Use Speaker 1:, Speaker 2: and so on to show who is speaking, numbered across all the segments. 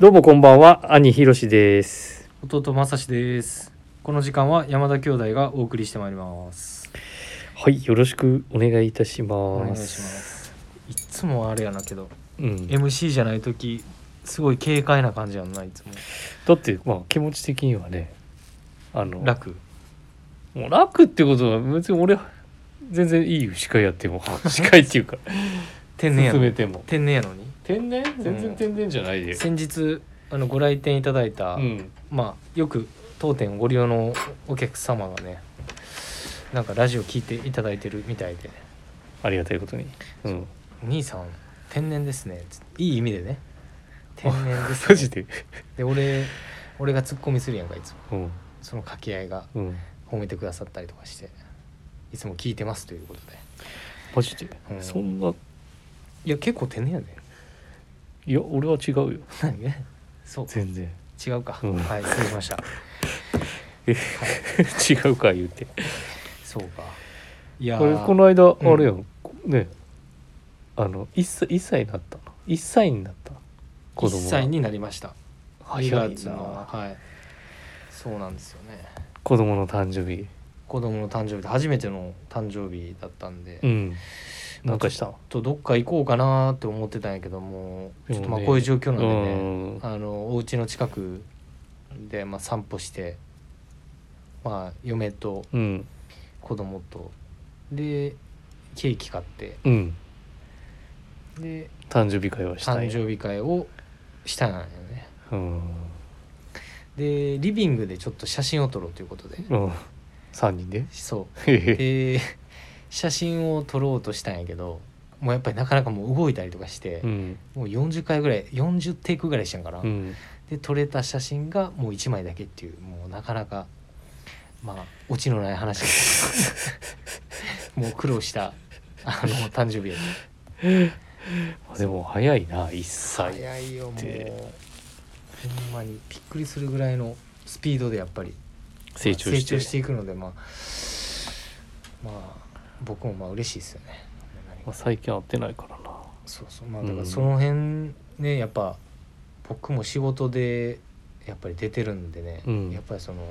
Speaker 1: どうもこんばんは、兄ひろしです。
Speaker 2: 弟まさしですこの時間は山田兄弟がお送りしてまいります
Speaker 1: はい、よろしくお願いいたし
Speaker 2: お願い
Speaker 1: ま。
Speaker 2: しますすいっつもあれやなけど、
Speaker 1: うん、
Speaker 2: MC じゃない時すごい軽快な感じやんないつも
Speaker 1: だって、まあ、気持ち的にはね。あの、
Speaker 2: 楽
Speaker 1: もう楽ってことは、別に俺。全然いいよ、司会やって も、司会っていうか、
Speaker 2: 天然や
Speaker 1: 進め
Speaker 2: の
Speaker 1: ても。
Speaker 2: 天然やのに
Speaker 1: 天然、全然天然じゃないで。
Speaker 2: 先日あのご来店いただいた、
Speaker 1: うん、
Speaker 2: まあよく当店をご利用のお客様がねなんかラジオ聞いていただいてるみたいで
Speaker 1: ありがたいことに。 うん、、
Speaker 2: 「お兄さん天然ですね」つっていい意味でね天然です、ね
Speaker 1: マジで。
Speaker 2: で俺俺がツッコミするやんかいつも
Speaker 1: うん、
Speaker 2: その掛け合いが
Speaker 1: うん、
Speaker 2: 褒めてくださったりとかしていつも聞いてますということで
Speaker 1: マジで。
Speaker 2: うん
Speaker 1: そんな、
Speaker 2: いや結構天然やで
Speaker 1: いや、俺は違うよ。
Speaker 2: 何ねそう
Speaker 1: 全然。
Speaker 2: 違うか、
Speaker 1: うん
Speaker 2: はい失礼しました
Speaker 1: 違うか言って。
Speaker 2: そうかいやー
Speaker 1: これこの間
Speaker 2: ん
Speaker 1: あれやん、ねあの 1, 歳1歳になったの1歳になった子供が
Speaker 2: 1歳になりました
Speaker 1: 早い
Speaker 2: 2
Speaker 1: な
Speaker 2: 月のはいそうなんですよね
Speaker 1: 子供の誕生日
Speaker 2: 子供の誕生日で初めての誕生日だったんで、
Speaker 1: うんなんかした
Speaker 2: ちょっとどっか行こうかなーって思ってたんやけどもちょっとま
Speaker 1: でも
Speaker 2: あ
Speaker 1: ね
Speaker 2: こういう状況なんでね
Speaker 1: うん
Speaker 2: あのお家の近くで、まあ、散歩して、まあ、嫁と
Speaker 1: うん
Speaker 2: 子供とでケーキ買って
Speaker 1: うん
Speaker 2: で
Speaker 1: 誕生日会はしたい
Speaker 2: 誕生日会をしたんやね
Speaker 1: うん、
Speaker 2: でリビングでちょっと写真を撮ろうということで
Speaker 1: うん、3人で
Speaker 2: そ
Speaker 1: へ
Speaker 2: う
Speaker 1: へ
Speaker 2: で 写真を撮ろうとしたんやけどもうやっぱりなかなかもう動いたりとかして、
Speaker 1: うん
Speaker 2: もう40回ぐらい40テイクぐらいしたんかな、
Speaker 1: うん
Speaker 2: で撮れた写真がもう1枚だけっていうもうなかなかまあオチのない話です もう苦労したあの誕生日やった
Speaker 1: あでも早いな1歳
Speaker 2: 早いよもうほ
Speaker 1: で
Speaker 2: んまにびっくりするぐらいのスピードでやっぱり
Speaker 1: 成長して
Speaker 2: いくのでまあまあ僕もまあ嬉しいですよね
Speaker 1: まあ、最近会ってないからな
Speaker 2: そうそうまあ
Speaker 1: うん
Speaker 2: だからその辺ね、やっぱ僕も仕事でやっぱり出てるんでね、
Speaker 1: うん
Speaker 2: やっぱりその、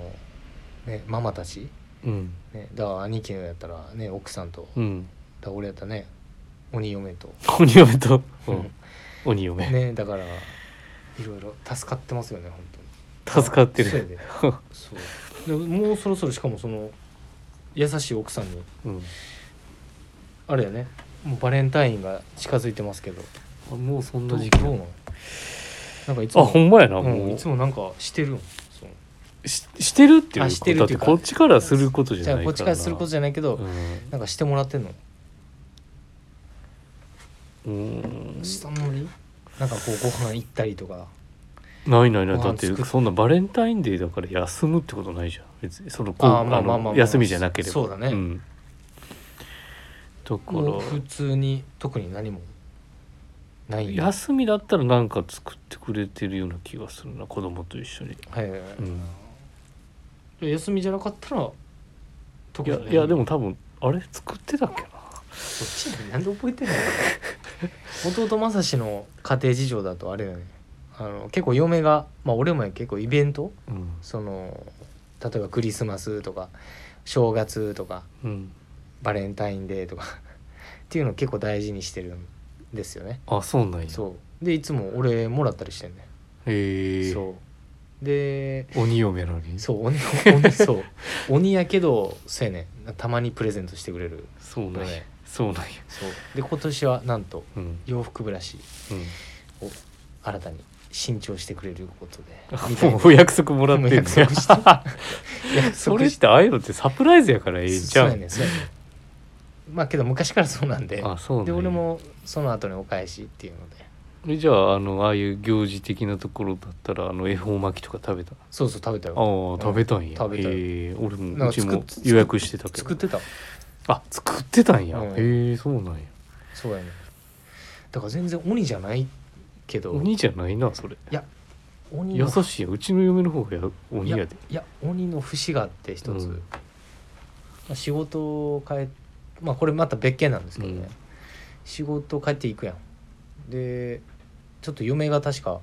Speaker 2: ね、ママたち、
Speaker 1: うん
Speaker 2: ね、だから兄貴やったらね奥さんと、
Speaker 1: う
Speaker 2: だか
Speaker 1: ん
Speaker 2: ら俺やったらね鬼嫁と、
Speaker 1: 鬼嫁 と、うん、鬼嫁、
Speaker 2: ねだからいろいろ助かってますよね本当に
Speaker 1: 助かって
Speaker 2: そうや
Speaker 1: る
Speaker 2: でそうでもうそろそろしかもその優しい奥さんに
Speaker 1: うん
Speaker 2: あれやねもうバレンタインが近づいてますけど
Speaker 1: あもうそん
Speaker 2: ど
Speaker 1: な
Speaker 2: う
Speaker 1: 時期
Speaker 2: どうなんなんかいつ
Speaker 1: あ
Speaker 2: も
Speaker 1: ほんまやな、
Speaker 2: うん
Speaker 1: も
Speaker 2: いうつもなんかしてるんその
Speaker 1: ししてるっていう
Speaker 2: あ
Speaker 1: こ
Speaker 2: し
Speaker 1: と
Speaker 2: てる
Speaker 1: だっ
Speaker 2: っ
Speaker 1: てて
Speaker 2: いうか
Speaker 1: こっちからすることじゃ
Speaker 2: じ
Speaker 1: ない
Speaker 2: ゃ
Speaker 1: か
Speaker 2: あ
Speaker 1: ら
Speaker 2: こっちからすることじゃないけど、
Speaker 1: う
Speaker 2: なんかしてもらってんの
Speaker 1: んうん
Speaker 2: 下のりなんかこうご飯行ったりとか
Speaker 1: ないないない
Speaker 2: ご飯
Speaker 1: だって
Speaker 2: 作っ
Speaker 1: そんなバレンタインデーだから休むってことないじゃん別にそのこう
Speaker 2: あーまあまあまあま
Speaker 1: の
Speaker 2: あ
Speaker 1: 休みじゃなければ
Speaker 2: そうだね
Speaker 1: んだか
Speaker 2: もう普通に特に何もな
Speaker 1: ら
Speaker 2: いはい
Speaker 1: 休みだったらなんか作ってくれてるような気がするな子供と一緒に
Speaker 2: はいはい、
Speaker 1: うん
Speaker 2: じゃあ休みじゃなかったら特
Speaker 1: い
Speaker 2: に
Speaker 1: や
Speaker 2: 何
Speaker 1: いやでも多分あれ作ってたっけな
Speaker 2: そっちなんで覚えてんの 弟正志の家庭事情だとあれだよねあの結構嫁が、まあ、俺もや結構イベント
Speaker 1: うん
Speaker 2: その例えばクリスマスとか正月とか
Speaker 1: うん
Speaker 2: バレンタインデーとかっていうのを結構大事にしてるんですよね
Speaker 1: あそうなんや
Speaker 2: そうでいつも俺もらったりしてんね、
Speaker 1: へえ
Speaker 2: そうで
Speaker 1: 鬼嫁なのに
Speaker 2: そう鬼 鬼そう鬼やけどそうやねんたまにプレゼントしてくれる
Speaker 1: そう
Speaker 2: の
Speaker 1: なんや
Speaker 2: ね
Speaker 1: そうなんや
Speaker 2: そうで今年はなんと
Speaker 1: うん
Speaker 2: 洋服ブラシ
Speaker 1: うん
Speaker 2: を新たに新調してくれること でみたいな
Speaker 1: もうお約束もらってんね
Speaker 2: もう約 束して約束
Speaker 1: それってああいうのってサプライズやからええんちゃ
Speaker 2: そううやねそうやねまあけど昔からそうなんで
Speaker 1: あそうなんや
Speaker 2: で俺もその後にお返しっていうので
Speaker 1: えじゃああのああいう行事的なところだったらあの恵方巻きとか食べたあ
Speaker 2: そうそう食べた
Speaker 1: あ
Speaker 2: よ
Speaker 1: 食べたんや、
Speaker 2: 食べたよ
Speaker 1: へえ俺
Speaker 2: な
Speaker 1: も
Speaker 2: ん
Speaker 1: う
Speaker 2: か
Speaker 1: ち
Speaker 2: 作っ
Speaker 1: も予約してたけ
Speaker 2: 作っ
Speaker 1: ど
Speaker 2: てた
Speaker 1: あ作ってたんや、
Speaker 2: うん
Speaker 1: へえそうなんや
Speaker 2: そうやねだから全然鬼じゃないけど
Speaker 1: 鬼じゃないなそれ
Speaker 2: 鬼
Speaker 1: 優
Speaker 2: の
Speaker 1: しいやうちの嫁の方がや鬼
Speaker 2: いや
Speaker 1: や
Speaker 2: い
Speaker 1: で
Speaker 2: や鬼の節があって一つ、
Speaker 1: うん
Speaker 2: まあ、仕事を変えまあこれまた別件なんですけどね、
Speaker 1: うん
Speaker 2: 仕事帰っていくやんでちょっと嫁が確か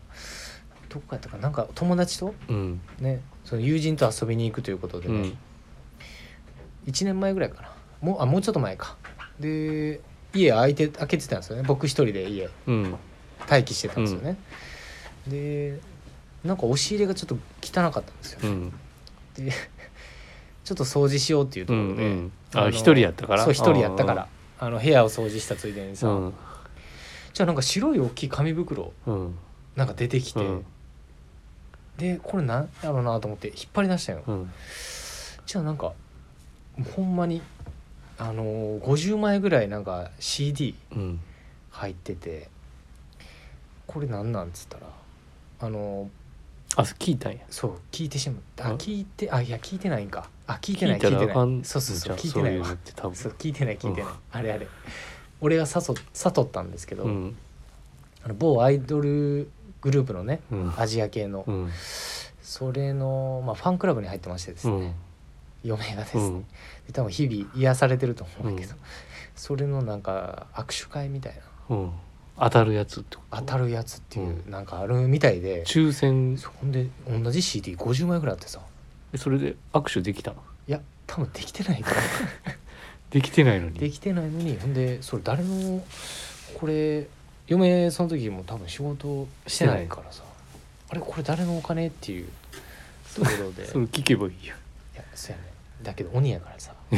Speaker 2: どこやったかななんか友達と
Speaker 1: うん
Speaker 2: ねその友人と遊びに行くということで
Speaker 1: う
Speaker 2: ね、
Speaker 1: ん
Speaker 2: 1年前ぐらいかなもうあもうちょっと前かで家開いて開けてたんですよね僕一人で家
Speaker 1: うん
Speaker 2: 待機してたんですよね、でなんか押し入れがちょっと汚かったんですよ
Speaker 1: うん
Speaker 2: でちょっと掃除しようっていうと
Speaker 1: う
Speaker 2: ころ
Speaker 1: ん
Speaker 2: で、
Speaker 1: うん
Speaker 2: あ
Speaker 1: あ
Speaker 2: の
Speaker 1: 一人やったから
Speaker 2: そう一人やったからあの部屋を掃除したついでに
Speaker 1: う
Speaker 2: さ、
Speaker 1: ん
Speaker 2: じゃあなんか白い大きい紙袋
Speaker 1: うん
Speaker 2: なんか出てきて、
Speaker 1: うん
Speaker 2: でこれなんやろうなと思って引っ張り出したよ、
Speaker 1: うん
Speaker 2: じゃあなんかほんまにあのー50枚ぐらいなんか CD
Speaker 1: うん
Speaker 2: 入っててこれなんなんつったらあの
Speaker 1: あ聞いたんや
Speaker 2: そう聞いてしまったあ
Speaker 1: うん
Speaker 2: 聞いてあいや聞いてないんかあ聞いて
Speaker 1: 聞
Speaker 2: ない
Speaker 1: い
Speaker 2: 聞
Speaker 1: た
Speaker 2: い
Speaker 1: ら
Speaker 2: て
Speaker 1: あ
Speaker 2: ない
Speaker 1: かん
Speaker 2: そうそうそう
Speaker 1: じ
Speaker 2: 聞
Speaker 1: ゃんそう
Speaker 2: いてない
Speaker 1: いう
Speaker 2: わ
Speaker 1: のって多
Speaker 2: そう
Speaker 1: 分
Speaker 2: 聞いてない聞いてない、あれあれ俺が誘悟ったんですけど、
Speaker 1: うん
Speaker 2: あの某アイドルグループのね
Speaker 1: うん
Speaker 2: アジア系の、
Speaker 1: うん
Speaker 2: それの、まあ、ファンクラブに入ってましてです
Speaker 1: う
Speaker 2: ね、
Speaker 1: ん
Speaker 2: 嫁がです
Speaker 1: う
Speaker 2: ね、
Speaker 1: ん
Speaker 2: で多分日々癒されてると思うんだけど、それのなんか握手会みたいな
Speaker 1: うん当たるやつってこと
Speaker 2: 当たるやつっていううなんかあるみたいで、
Speaker 1: 抽選
Speaker 2: そこで同じ CD50 枚ぐらいあってさ
Speaker 1: それで握手できたの
Speaker 2: いや多分できてないから
Speaker 1: できてないのに
Speaker 2: できてないのにほんでそれ誰のこれ嫁その時も多分仕事してないからさあれこれ誰のお金っていうところで
Speaker 1: それ聞けばいいや
Speaker 2: いやそうやねだけど鬼やからさ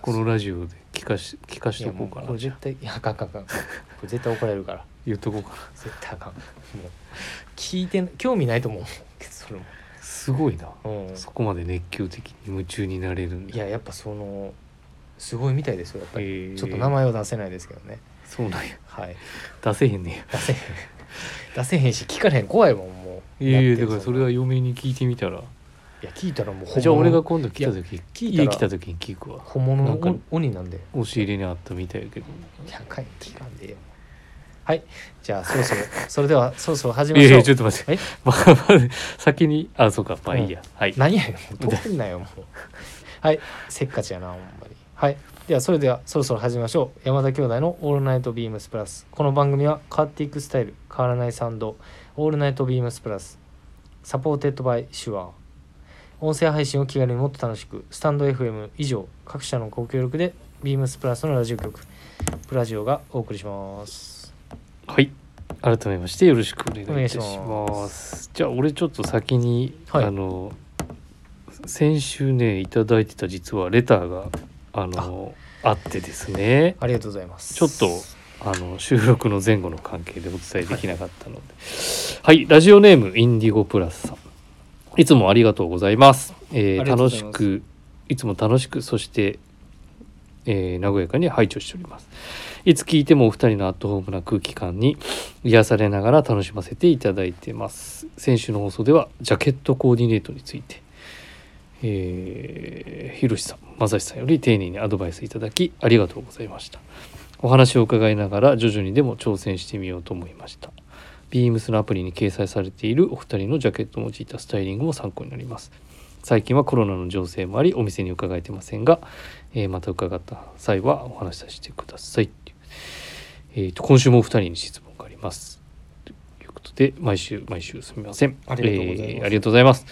Speaker 1: このラジオで聞かし聞かし
Speaker 2: い
Speaker 1: と
Speaker 2: や
Speaker 1: こ
Speaker 2: も
Speaker 1: う
Speaker 2: う
Speaker 1: か
Speaker 2: こ
Speaker 1: な
Speaker 2: れ絶対いやあかんあかんあかんこれ絶対怒られるから
Speaker 1: 言っとこうかな
Speaker 2: 絶対あかんもう聞いてな興味ないと思うそれも、
Speaker 1: すごいな
Speaker 2: うん、
Speaker 1: そこまで熱狂的に夢中になれるんだ
Speaker 2: いややっぱそのすごいみたいですよやっぱり、
Speaker 1: へえ
Speaker 2: ちょっと名前は出せないですけどね
Speaker 1: そうなんや
Speaker 2: はい
Speaker 1: 出せへんねや
Speaker 2: 出せへん出せへんし聞かれへん怖いもんもう
Speaker 1: いやい
Speaker 2: や
Speaker 1: や
Speaker 2: って
Speaker 1: だ
Speaker 2: る
Speaker 1: から
Speaker 2: んな
Speaker 1: それは嫁に聞いてみたら
Speaker 2: いや聞いたらもう本物
Speaker 1: じゃあ俺が今度来た時
Speaker 2: 聞いたら
Speaker 1: 家来た時に聞くわ
Speaker 2: 本物の
Speaker 1: なんか
Speaker 2: お鬼なんで
Speaker 1: 押し入れにあったみたいやけど
Speaker 2: 100回聞かんでええよはいじゃあそろそろそれではそろそろ始
Speaker 1: い
Speaker 2: め
Speaker 1: やい
Speaker 2: ましょう
Speaker 1: やちょっと待って
Speaker 2: え
Speaker 1: まあまあ先にあそうかまあいいやはい
Speaker 2: 何やねんもう通ん なよもうはいせっかちやなほんまにはいではそれではそろそろ始めましょう山田兄弟の「オールナイトビームスプラス」この番組は変わっていくスタイル変わらないサウンド「オールナイトビームスプラス」サポーテッドバイシュア音声配信を気軽にもっと楽しくスタンド FM 以上各社のご協力でビームスプラスのラジオ局プラジオがお送りします
Speaker 1: はい改めましてよろしくお願いいたし
Speaker 2: お願いし
Speaker 1: ま
Speaker 2: ます
Speaker 1: じゃあ俺ちょっと先に、
Speaker 2: はい
Speaker 1: あの先週ねいただいてた実はレターがあのあってですね
Speaker 2: ありがとうございます
Speaker 1: ちょっとあの収録の前後の関係でお伝えできなかったのではい、ラジオネームインディゴプラスさんいつもありがとうございます,、えー
Speaker 2: ありが
Speaker 1: 楽
Speaker 2: とうござい
Speaker 1: し
Speaker 2: ます
Speaker 1: くいつも楽しくそして、えー、和やかに拝聴しておりますいつ聞いてもお二人のアットホームな空気感に癒されながら楽しませていただいてます先週の放送ではジャケットコーディネートについてえーひろしさんまさしさんより丁寧にアドバイスいただきありがとうございましたお話を伺いながら徐々にでも挑戦してみようと思いましたビームスのアプリに掲載されているお二人のジャケットを用いたスタイリングも参考になります最近はコロナの情勢もありお店に伺えてませんが、えーまた伺った際はお話しさせてくださいっていうえーと今週もお二人に質問がありますということで毎週毎週すみません
Speaker 2: ありがとうございます
Speaker 1: えーありがとうございます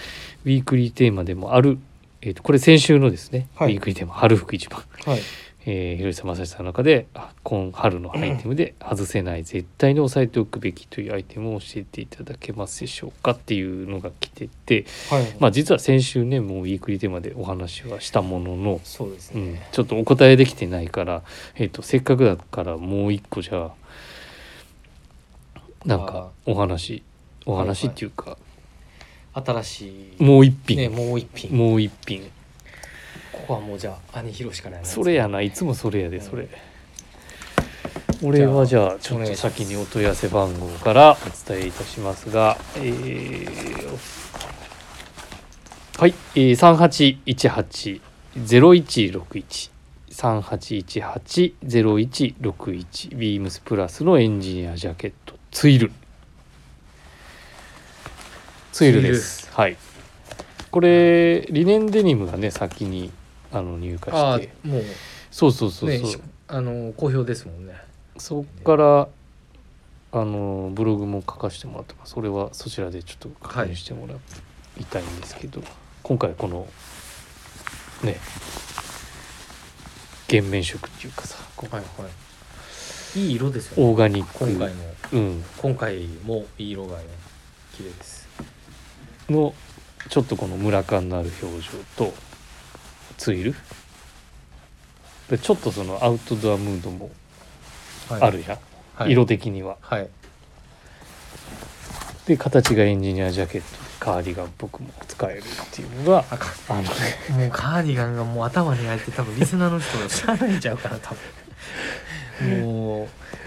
Speaker 1: ウィークリーテーマでもある、えー、とこれ先週のですね、
Speaker 2: はい
Speaker 1: ウィークリーテーマ「春服一番」
Speaker 2: はい
Speaker 1: えー、広瀬正史さんの中であ今春のアイテムで外せない絶対に押さえておくべきというアイテムを教えていただけますでしょうかっていうのが来てて、
Speaker 2: はい
Speaker 1: まあ、実は先週ねもうウィークリーテーマでお話はしたものの、
Speaker 2: そうです
Speaker 1: う
Speaker 2: ね、
Speaker 1: ん、ちょっとお答えできてないから、えー、とせっかくだからもう一個じゃあなんかお話お話っていうか、
Speaker 2: 新しい
Speaker 1: もう一品、
Speaker 2: ねもう一品
Speaker 1: もう一品
Speaker 2: ここはもうじゃあ兄ひろしかないな
Speaker 1: それやないつもそれやでそれ
Speaker 2: うん
Speaker 1: 俺はじゃあちょ
Speaker 2: お
Speaker 1: っ
Speaker 2: 願いし
Speaker 1: と
Speaker 2: ます
Speaker 1: 先にお問い合わせ番号からお伝えいたしますがえーはい、えー、3818-0161 3818-0161ビームスプラスのエンジニアジャケットツイルツイルですはいこれリネンデニムがね先にあの入荷し
Speaker 2: ああ
Speaker 1: て
Speaker 2: もう
Speaker 1: そうそうそうそう、
Speaker 2: ねしあの好評ですもんね
Speaker 1: そっからあのブログも書かせてもらったからそれはそちらでちょっと確認してもらいたいんですけど、今回このね減免色っていうかさこう
Speaker 2: はいはいいい色ですよね
Speaker 1: オーガニック
Speaker 2: 今回も
Speaker 1: うん、
Speaker 2: 今回もいい色がね綺麗です
Speaker 1: のちょっとこの村感のある表情とツイルでちょっとそのアウトドアムードも
Speaker 2: はい
Speaker 1: あるやん、
Speaker 2: はい
Speaker 1: 色的には
Speaker 2: はい
Speaker 1: で形がエンジニアジャケットでカーディガンっぽくも使えるっていうのが
Speaker 2: あか
Speaker 1: あのね
Speaker 2: もうカーディガンがもう頭にあいて多分リスナーの人も知 らないんちゃうかな多分も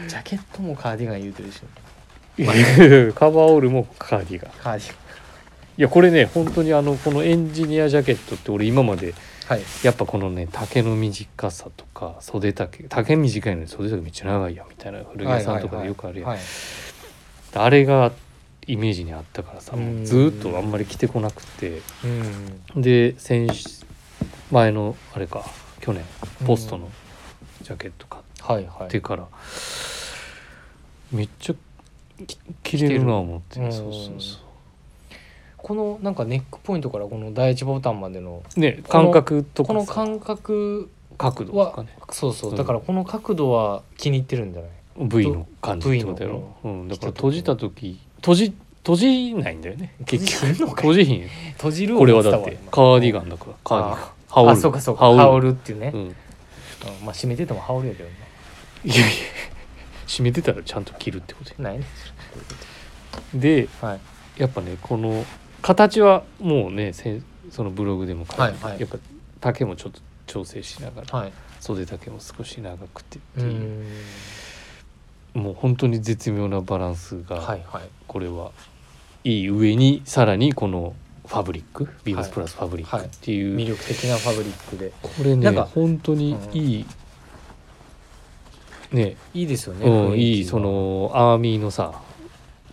Speaker 2: うジャケットもカーディガン言うてるし
Speaker 1: いや カバーオールもカーディガン
Speaker 2: カーディ
Speaker 1: いやこれね本当にあのこのエンジニアジャケットって俺今まで
Speaker 2: ガンはい
Speaker 1: やっぱこのね丈の短さとか袖丈丈短いのに袖丈めっちゃ長いやみたいな古着屋さんとかでよくあるやん、
Speaker 2: はい
Speaker 1: あれがイメージにあったからさ
Speaker 2: うん
Speaker 1: もうずーっとあんまり着てこなくて
Speaker 2: うん
Speaker 1: で先前のあれか去年ポストのジャケット買っ
Speaker 2: はいはい
Speaker 1: てから、めっちゃき着れるな思って
Speaker 2: うん
Speaker 1: そうそうそ
Speaker 2: このなんかネックポイントからこの第一ボタンまでの
Speaker 1: うね
Speaker 2: この
Speaker 1: 感覚と
Speaker 2: こ
Speaker 1: か
Speaker 2: の
Speaker 1: さ
Speaker 2: 感覚
Speaker 1: 角度とか
Speaker 2: は
Speaker 1: ね
Speaker 2: そうそううんだからこの角度は気に入ってるんじゃない
Speaker 1: V の感じ
Speaker 2: V
Speaker 1: ってことだよ、うん、だから
Speaker 2: 来
Speaker 1: 閉じた
Speaker 2: た時の
Speaker 1: 時閉じ閉じないんだよね結局
Speaker 2: 閉じんのかい
Speaker 1: 閉じひんよ
Speaker 2: 閉じる
Speaker 1: これはだってカーディガ
Speaker 2: ン
Speaker 1: ンだからカーディガン羽織る
Speaker 2: あそうかそうか
Speaker 1: 羽織る
Speaker 2: 羽織るっていうね
Speaker 1: うん
Speaker 2: うんまあ閉めてても羽織るやけどね
Speaker 1: いやいや閉めてたらちゃんと着るってことや
Speaker 2: ないね
Speaker 1: で
Speaker 2: はい
Speaker 1: やっぱねこの形はもうねせんそのブログでも書いて、
Speaker 2: はいはい
Speaker 1: やっぱ丈もちょっと調整しながら、
Speaker 2: はい
Speaker 1: 袖丈も少し長くてって
Speaker 2: う
Speaker 1: いう、
Speaker 2: ん
Speaker 1: もう本当に絶妙なバランス
Speaker 2: は
Speaker 1: が
Speaker 2: いはい
Speaker 1: これはいい上にさらにこのファブリックビームスプラスファブリックっていう、
Speaker 2: 魅力的なファブリックで
Speaker 1: これね
Speaker 2: なんか
Speaker 1: 本当にいい、ね
Speaker 2: いいですよね
Speaker 1: うん、
Speaker 2: 雰囲気が
Speaker 1: いいそのアーミーのさ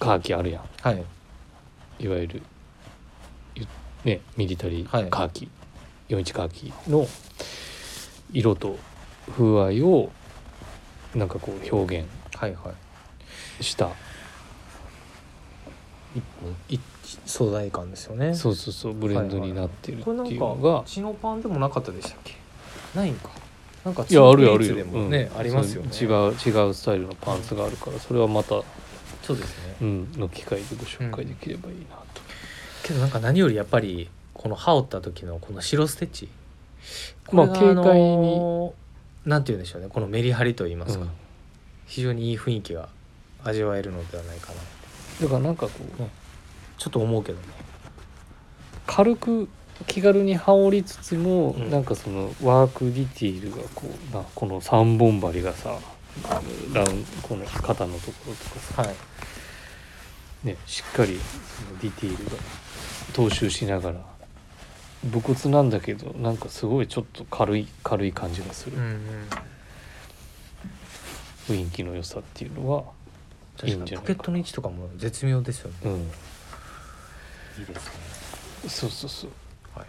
Speaker 1: カーキあるやん
Speaker 2: はい
Speaker 1: いわゆるゆねミリタリ
Speaker 2: は
Speaker 1: ー
Speaker 2: い
Speaker 1: カーキ、41カーキの色と風合いをなんかこう表現
Speaker 2: はいはい
Speaker 1: した
Speaker 2: 一本一素材感ですよね
Speaker 1: そうそうそうブレンドになってるって
Speaker 2: これなん
Speaker 1: いう
Speaker 2: か
Speaker 1: のが
Speaker 2: チノパンでもなかったでしたっけないんかなんか
Speaker 1: いやあるよある
Speaker 2: チノ
Speaker 1: よ、
Speaker 2: プリーツでもね、
Speaker 1: うん
Speaker 2: ありますよね
Speaker 1: そう違う違うスタイルのパンツがあるからそれはまた、
Speaker 2: そうですね
Speaker 1: うん、の機会でご紹介できればいいなと、
Speaker 2: けどなんか何よりやっぱりこの羽織った時のこの白ステッチ
Speaker 1: まあ
Speaker 2: これが
Speaker 1: 軽快に
Speaker 2: のなんて言うんでしょうねこのメリハリと言いますか、
Speaker 1: うん
Speaker 2: 非常にいい雰囲気が味わえるのではないかな
Speaker 1: だからなんかこう
Speaker 2: ちょっと思うけどね
Speaker 1: 軽く気軽に羽織りつつも、
Speaker 2: うん
Speaker 1: なんかそのワークディティールがこうなこの3本針がさラウンこの肩のところとかさ、
Speaker 2: はい
Speaker 1: ね、しっかりそのディティールが踏襲しながら武骨なんだけどなんかすごいちょっと軽い軽い感じがする
Speaker 2: うんうん
Speaker 1: 雰囲気の良さっていうのは、いいん
Speaker 2: 確か
Speaker 1: じゃない
Speaker 2: にポ
Speaker 1: か
Speaker 2: ケットの位置とかも絶妙ですよね、
Speaker 1: うん、
Speaker 2: いいですね
Speaker 1: そうそうそう
Speaker 2: はいはい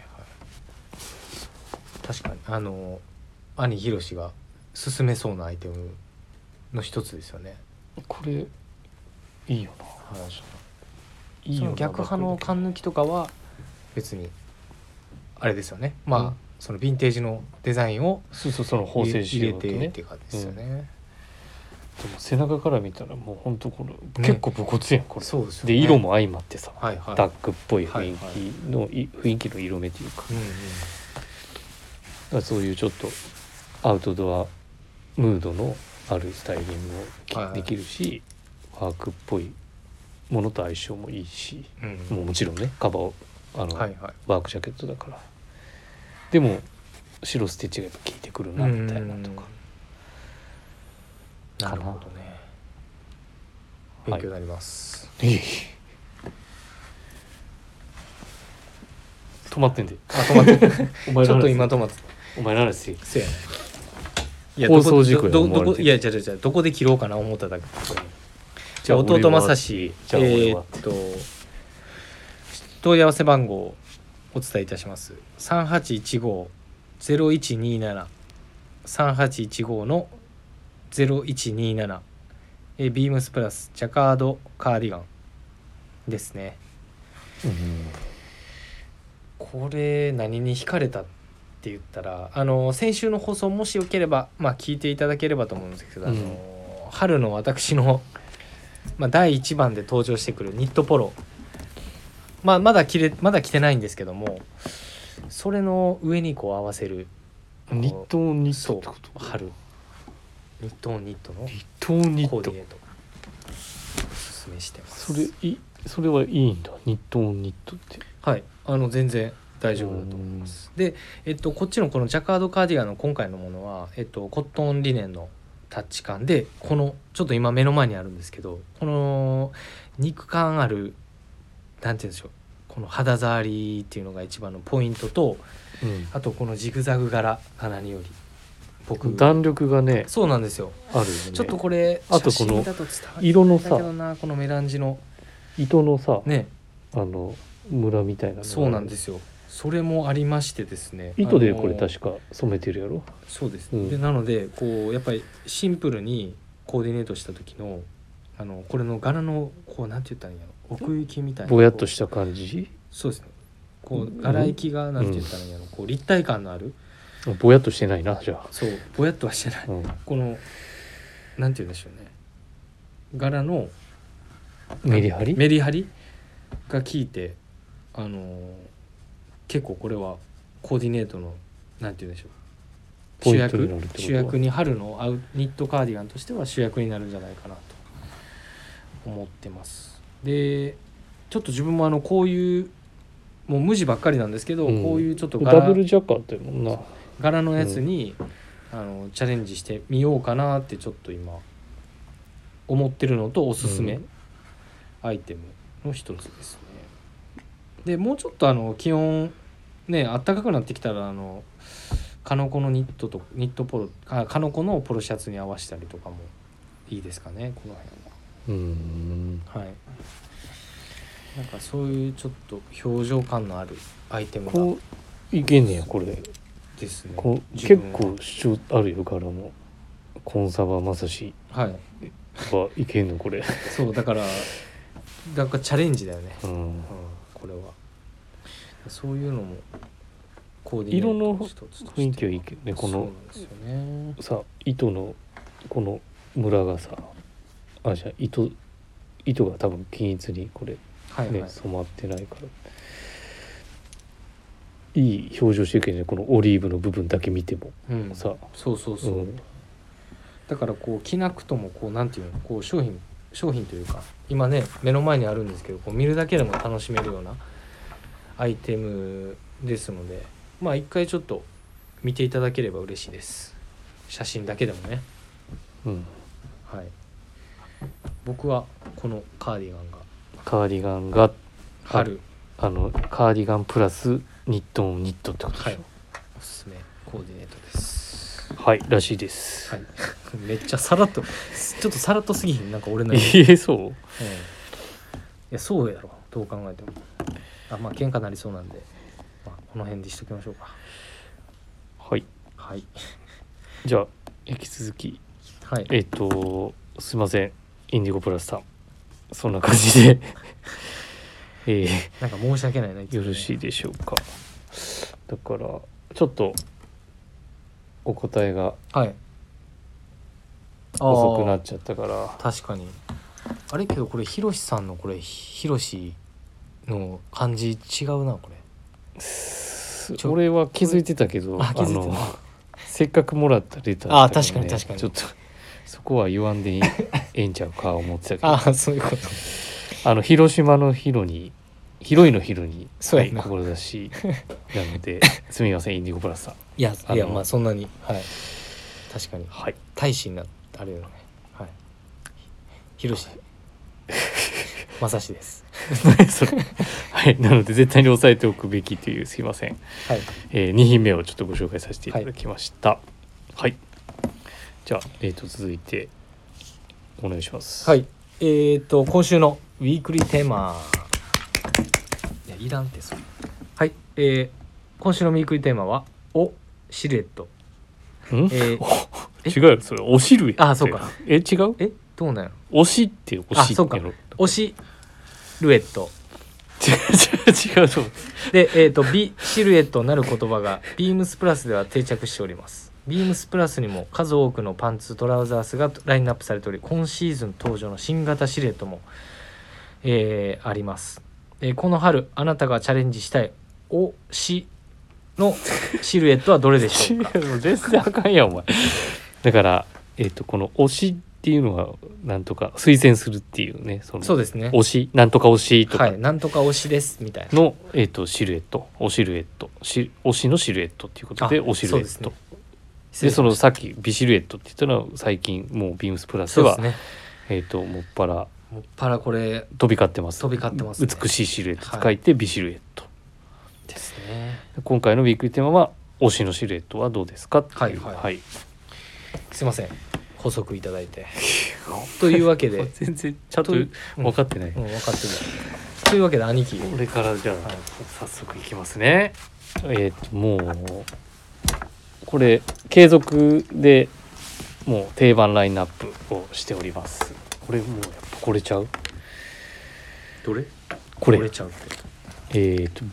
Speaker 2: 確かにあの兄ひろしが勧めそうなアイテムの一つですよね、
Speaker 1: これいいよな
Speaker 2: そ
Speaker 1: いいよ
Speaker 2: の
Speaker 1: な
Speaker 2: 逆派の缶抜きとかは別にあれですよねまあ、
Speaker 1: うん
Speaker 2: そのヴィンテージのデザインを
Speaker 1: そうそうその縫
Speaker 2: 入れ
Speaker 1: 製資料
Speaker 2: 入れ
Speaker 1: と
Speaker 2: て
Speaker 1: ね
Speaker 2: っていう感じですよね、
Speaker 1: でも背中から見たらもうほんとこの
Speaker 2: ね
Speaker 1: 結構武骨やんこれ、
Speaker 2: そうですよ
Speaker 1: で
Speaker 2: ね
Speaker 1: 色も相まってさ、
Speaker 2: はいはい
Speaker 1: ダックっぽい雰囲
Speaker 2: はい
Speaker 1: 気の、い雰囲気の色目というか
Speaker 2: うんうん
Speaker 1: だからそういうちょっとアウトドアムードのあるスタイリング
Speaker 2: はい
Speaker 1: も
Speaker 2: はい
Speaker 1: できるし、ワークっぽいものと相性もいいし、
Speaker 2: うん
Speaker 1: もうもちろんねカバーをあの、
Speaker 2: はいはい
Speaker 1: ワークジャケットだからでも白ステッチがやっぱ効いてくるなみたいなとか、
Speaker 2: うんな
Speaker 1: かな
Speaker 2: るほどね
Speaker 1: は
Speaker 2: 勉
Speaker 1: い
Speaker 2: 強になります、
Speaker 1: いえいえ止まってんで
Speaker 2: あ止まって
Speaker 1: お前
Speaker 2: ち
Speaker 1: の
Speaker 2: ょっと
Speaker 1: 話
Speaker 2: 今止まって
Speaker 1: お前の話
Speaker 2: せやないや
Speaker 1: 放送事故や
Speaker 2: ど
Speaker 1: 思わ
Speaker 2: こ
Speaker 1: れて
Speaker 2: ど
Speaker 1: る
Speaker 2: こいや違う違う違うどこで切ろうかな思っただけじゃあ
Speaker 1: 俺は
Speaker 2: 弟正志
Speaker 1: じゃ
Speaker 2: え
Speaker 1: あ俺
Speaker 2: ー
Speaker 1: は
Speaker 2: っと問い合わせ番号をお伝えいたします三八一五ゼロ一二七三八一五のゼロ一二七ええービームスプラスジャカードカーディガンですねこれ何に惹かれたって言ったらあの先週の放送もしよければ、まあ、聞いていただければと思うんですけど、あ
Speaker 1: うん
Speaker 2: の春の私の、まあ、第1番で登場してくるニットポロ、まあ、まだ着れまだ着てないんですけどもそれの上にこう合わせる
Speaker 1: うんニットオンニット
Speaker 2: そ
Speaker 1: ってこと
Speaker 2: う春ニットオンニットの
Speaker 1: ニットオンニ
Speaker 2: コー
Speaker 1: ッ
Speaker 2: デ
Speaker 1: ト
Speaker 2: ィネートおすすめしてます
Speaker 1: それいそれはいいんだニットオンニットって
Speaker 2: はいあの全然大丈夫だと思いますで、えっと、こっちのこのジャカードカーディガンの今回のものは、えっと、コットンリネンのタッチ感でこのちょっと今目の前にあるんですけどこの肉感あるなんて言うんでしょうこの肌触りっていうのが一番のポイントと
Speaker 1: うん
Speaker 2: あとこのジグザグ柄が何より僕
Speaker 1: 弾力がね
Speaker 2: そうなんですよ
Speaker 1: あるよね
Speaker 2: ちょっとこれ
Speaker 1: あとこの
Speaker 2: 写真だと伝わり
Speaker 1: 色の
Speaker 2: だけ
Speaker 1: さ
Speaker 2: どなこのメランジの
Speaker 1: 糸のさ、
Speaker 2: ね
Speaker 1: あのムラみたいなのが
Speaker 2: そうなんですよそれもありましてですね
Speaker 1: 糸で
Speaker 2: あの
Speaker 1: これ確か染めてるやろ
Speaker 2: そうです、
Speaker 1: うん
Speaker 2: でなのでこうやっぱりシンプルにコーディネートした時のあのこれの柄のこうなんて言ったらいいんやろ奥行きみたいな
Speaker 1: ぼやっとしたた感じ
Speaker 2: そうですねこ
Speaker 1: うん
Speaker 2: う柄行きがなんて言ったらいいんやろこう立体感のある
Speaker 1: ぼやっとしてないなじゃあ、
Speaker 2: そうぼやっとはしてない
Speaker 1: うん
Speaker 2: このなんて言うんでしょうね柄の
Speaker 1: メリハリ
Speaker 2: メリハリが効いてあのー結構これはコーディネートのなんて言うんでしょう
Speaker 1: ポ
Speaker 2: 主
Speaker 1: イントになる
Speaker 2: 役
Speaker 1: ってこと
Speaker 2: 主役に春のアウニットカーディガンとしては主役になるんじゃないかなと思ってますでちょっと自分もあのこういうもう無地ばっかりなんですけど、
Speaker 1: うん
Speaker 2: こういうちょっと
Speaker 1: ダブ
Speaker 2: 柄
Speaker 1: ルジャカートやもんな
Speaker 2: 柄のやつに、あのチャレンジしてみようかなってちょっと今思ってるのとおすす
Speaker 1: う
Speaker 2: め
Speaker 1: ん
Speaker 2: アイテムの一つですね。でもうちょっとあの気温ね暖かくなってきたらあのカノコのニットとニットポロあカノコのポロシャツに合わせたりとかもいいですかねこの
Speaker 1: うん
Speaker 2: 辺は。はい。なんかそういうちょっと表情感のあるアイテムが
Speaker 1: こういけんねやこれ
Speaker 2: ですね。
Speaker 1: こう
Speaker 2: 自
Speaker 1: 結
Speaker 2: 分は
Speaker 1: 構主張あるよ柄もコンサバまさし
Speaker 2: はい。
Speaker 1: はいけんのこれ
Speaker 2: そうだからなんかチャレンジだよね、
Speaker 1: うん
Speaker 2: うん、これはそういうのもコーディネ
Speaker 1: 色
Speaker 2: ー
Speaker 1: の
Speaker 2: トの一つとして
Speaker 1: 雰囲気はいいけどねこ
Speaker 2: そうな
Speaker 1: の
Speaker 2: んですよね
Speaker 1: さ糸のこのムラがさあじゃあ糸糸が多分均一にこれ
Speaker 2: はいはい、
Speaker 1: ね染まってないからいい表情してるけどねこのオリーブの部分だけ見ても
Speaker 2: うん、
Speaker 1: さ
Speaker 2: そうそうそう、
Speaker 1: うん
Speaker 2: だからこう着なくともこうなんていうのこう商品商品というか今ね目の前にあるんですけどこう見るだけでも楽しめるようなアイテムですのでまあ一回ちょっと見ていただければ嬉しいです写真だけでもね
Speaker 1: うん
Speaker 2: はい、僕はこのカーディガンが
Speaker 1: カーディガンが
Speaker 2: 春、
Speaker 1: あのカーディガンプラスニットオンニットってことでしょ
Speaker 2: はいおすすめコーディネートです。
Speaker 1: はい、らしいです、
Speaker 2: はい、 めっちゃさらっとちょっとさらっとすぎひんなんか俺の、うん、い
Speaker 1: いえそう
Speaker 2: やそうやろどう考えてもあまあ喧嘩なりそうなんで、まあ、この辺でしときましょうか
Speaker 1: はい
Speaker 2: はい
Speaker 1: じゃあ引き続き
Speaker 2: はい
Speaker 1: えっとすいませんインディゴプラスさんそんな感じで え
Speaker 2: なんか申し訳ないな、いつ
Speaker 1: ー
Speaker 2: も
Speaker 1: よ
Speaker 2: ね
Speaker 1: ろしいでしょうかだからちょっとお答えが
Speaker 2: はい
Speaker 1: 遅くな
Speaker 2: あ
Speaker 1: っちゃったから
Speaker 2: ー確かにあれけどこれひろしさんのこれひろしの漢字違うなこれ
Speaker 1: す
Speaker 2: ちょ
Speaker 1: 俺は気づいてたけど
Speaker 2: あ気づいてた
Speaker 1: せっかくもらったレターだったらね
Speaker 2: あ確かに確かに
Speaker 1: ちょっとそこは言わんでいい ええんちゃうか思ってたけど
Speaker 2: ああそういうこと
Speaker 1: あの広島の広に広いの広に
Speaker 2: そうやな
Speaker 1: はい志なの ですみませんインディゴプラスさん
Speaker 2: いや
Speaker 1: あの
Speaker 2: いやまあそんなにはい確かに
Speaker 1: はい
Speaker 2: 大使になったあれよねはいひろしまさしです
Speaker 1: 何 それはいなので絶対に押さえておくべきというすいません、
Speaker 2: はい
Speaker 1: え2品目をちょっとご紹介させていただきましたはい、じゃあえー、と続いてお願いします
Speaker 2: はいえー、と今週のウィークリーテーマいやいらんってそれはいえー、今週のウィークリーテーマは「おシルエット
Speaker 1: ん
Speaker 2: え ー
Speaker 1: お違うよそれお汁や
Speaker 2: あそうか
Speaker 1: え違う
Speaker 2: えどうなんやろ
Speaker 1: 推しっていう推し
Speaker 2: あそう
Speaker 1: っ
Speaker 2: か
Speaker 1: ていうの
Speaker 2: 推しルエット
Speaker 1: 違う違う違うと思う
Speaker 2: で、えー、と美シルエットなる言葉がビームスプラスでは定着しておりますビームスプラスにも数多くのパンツトラウザースがラインナップされており今シーズン登場の新型シルエットも、えーあります、えーこの春あなたがチャレンジしたい推しのシルエットはどれでしょうか
Speaker 1: 違うもう全然あかんやんお前だからえっ、とこの推しっていうのはなんとか推薦するっていうねその
Speaker 2: そうですね
Speaker 1: 推しなんとか推しとか
Speaker 2: はいなんとか推しですみたいな
Speaker 1: の、えっとシルエットおシルエットし推しのシルエットっていうことで
Speaker 2: あ
Speaker 1: おシル
Speaker 2: そう
Speaker 1: エ
Speaker 2: です
Speaker 1: ット
Speaker 2: ね
Speaker 1: で,、
Speaker 2: 失礼し
Speaker 1: そ
Speaker 2: ま
Speaker 1: の
Speaker 2: し
Speaker 1: さっきビシルエットって言ったのは最近もうビームスプラ
Speaker 2: た
Speaker 1: ス
Speaker 2: そ
Speaker 1: では
Speaker 2: うですね
Speaker 1: えっともっぱら
Speaker 2: もっぱらこれ
Speaker 1: 飛び交ってます
Speaker 2: 飛び交ってますね
Speaker 1: 美しいシルエットと
Speaker 2: はい
Speaker 1: 書いて美シルエット、
Speaker 2: ですね
Speaker 1: 今回のウィークリーテーマは推しのシルエットはどうですかっていう
Speaker 2: はいはい
Speaker 1: はい、
Speaker 2: すいません補足いただいてというわけ で
Speaker 1: 全然ちゃんと
Speaker 2: といううん
Speaker 1: 分かってない、
Speaker 2: うん、分かってるというわけで兄貴
Speaker 1: これからじゃあ、
Speaker 2: はい
Speaker 1: 早速いきますねえっ、ともうこれ継続でもう定番ラインナップをしておりますこれもうやっぱこれちゃう
Speaker 2: どれ
Speaker 1: これ
Speaker 2: 折れちゃうって
Speaker 1: えっ、と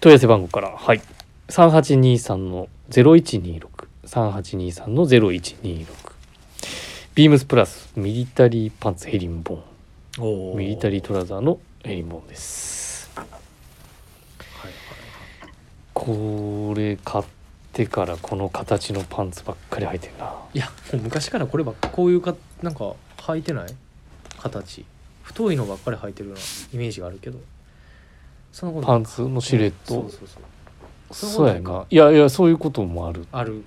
Speaker 1: 問い合わせ番号からはい3823の01263823の0126ビームスプラスミリタリーパンツヘリンボン
Speaker 2: お
Speaker 1: ミリタリートラウザーのヘリンボンです。これ買ってからこの形のパンツばっかり履いてるな。
Speaker 2: いやもう昔からこればっかこういうかなんか履いてない形太いのばっかり履いてるようなイメージがあるけどそのこと
Speaker 1: パンツのシルエッ
Speaker 2: そ
Speaker 1: ト
Speaker 2: う。そうそう
Speaker 1: そ
Speaker 2: そうう
Speaker 1: やな。いやいやそういうこともある。
Speaker 2: ある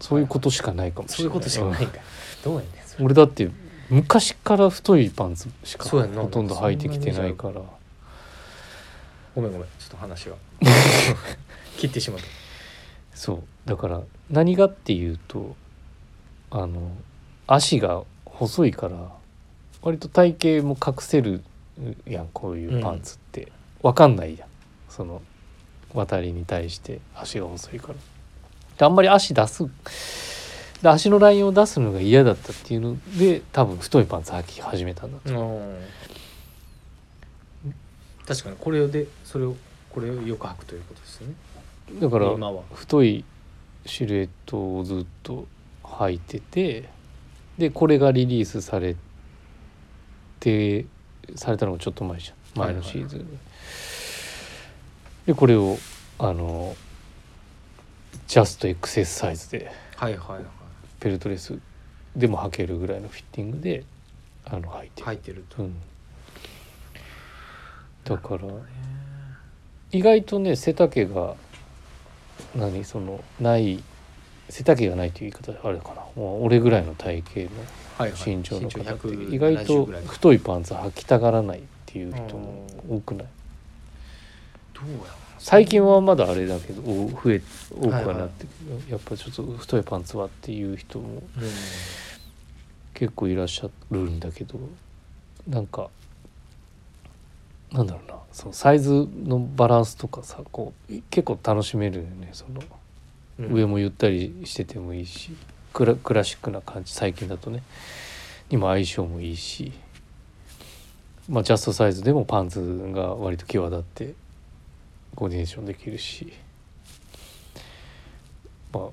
Speaker 1: そういうことしかないかもしれ
Speaker 2: そういう
Speaker 1: ない。
Speaker 2: ことしかないんかいどうやねんそ
Speaker 1: うん
Speaker 2: れ
Speaker 1: 俺だって昔から太いパンツしか
Speaker 2: そうやんな
Speaker 1: ほとんど履いてきてないから。
Speaker 2: ごめんごめんちょっと 話が切ってしまった
Speaker 1: そうだから何がっていうとあの足が細いから割と体型も隠せるやんこういうパンツって、わかんないやんその渡りに対して足が細いからであんまり足出すで足のラインを出すのが嫌だったっていうので多分太いパンツ履き始めたんだ
Speaker 2: うん確かにこれでそれをこれをよく履くということですよね
Speaker 1: だから
Speaker 2: 今は
Speaker 1: 太いシルエットをずっと履いててでこれがリリースされてされたのがちょっと前じゃん前のシーズンに、でこれをあのジャスト XS サイズで
Speaker 2: はいはいはい
Speaker 1: ペルトレスでも履けるぐらいのフィッティングであの履いてる、
Speaker 2: 履いてると
Speaker 1: うん、だから意外とね背丈が何そのない背丈がないという言い方あるかなもう俺ぐらいの体型
Speaker 2: はいはい
Speaker 1: の身長の方って
Speaker 2: 170
Speaker 1: 意外と
Speaker 2: ぐらいど
Speaker 1: 太いパンツ履きたがらないっていう人も多くないう
Speaker 2: やろ
Speaker 1: 最近はまだあれだけどお増え多くは
Speaker 2: はいはい
Speaker 1: なってるけど、やっぱちょっと太いパンツはっていう人も
Speaker 2: うん
Speaker 1: 結構いらっしゃるんだけどなんかなんだろうなそのサイズのバランスとかさこう結構楽しめるよねその
Speaker 2: うん
Speaker 1: 上もゆったりしててもいいしクラクラシックな感じ最近だとねにも相性もいいし、まあ、ジャストサイズでもパンツが割と際立ってコーディネーションできるし、ま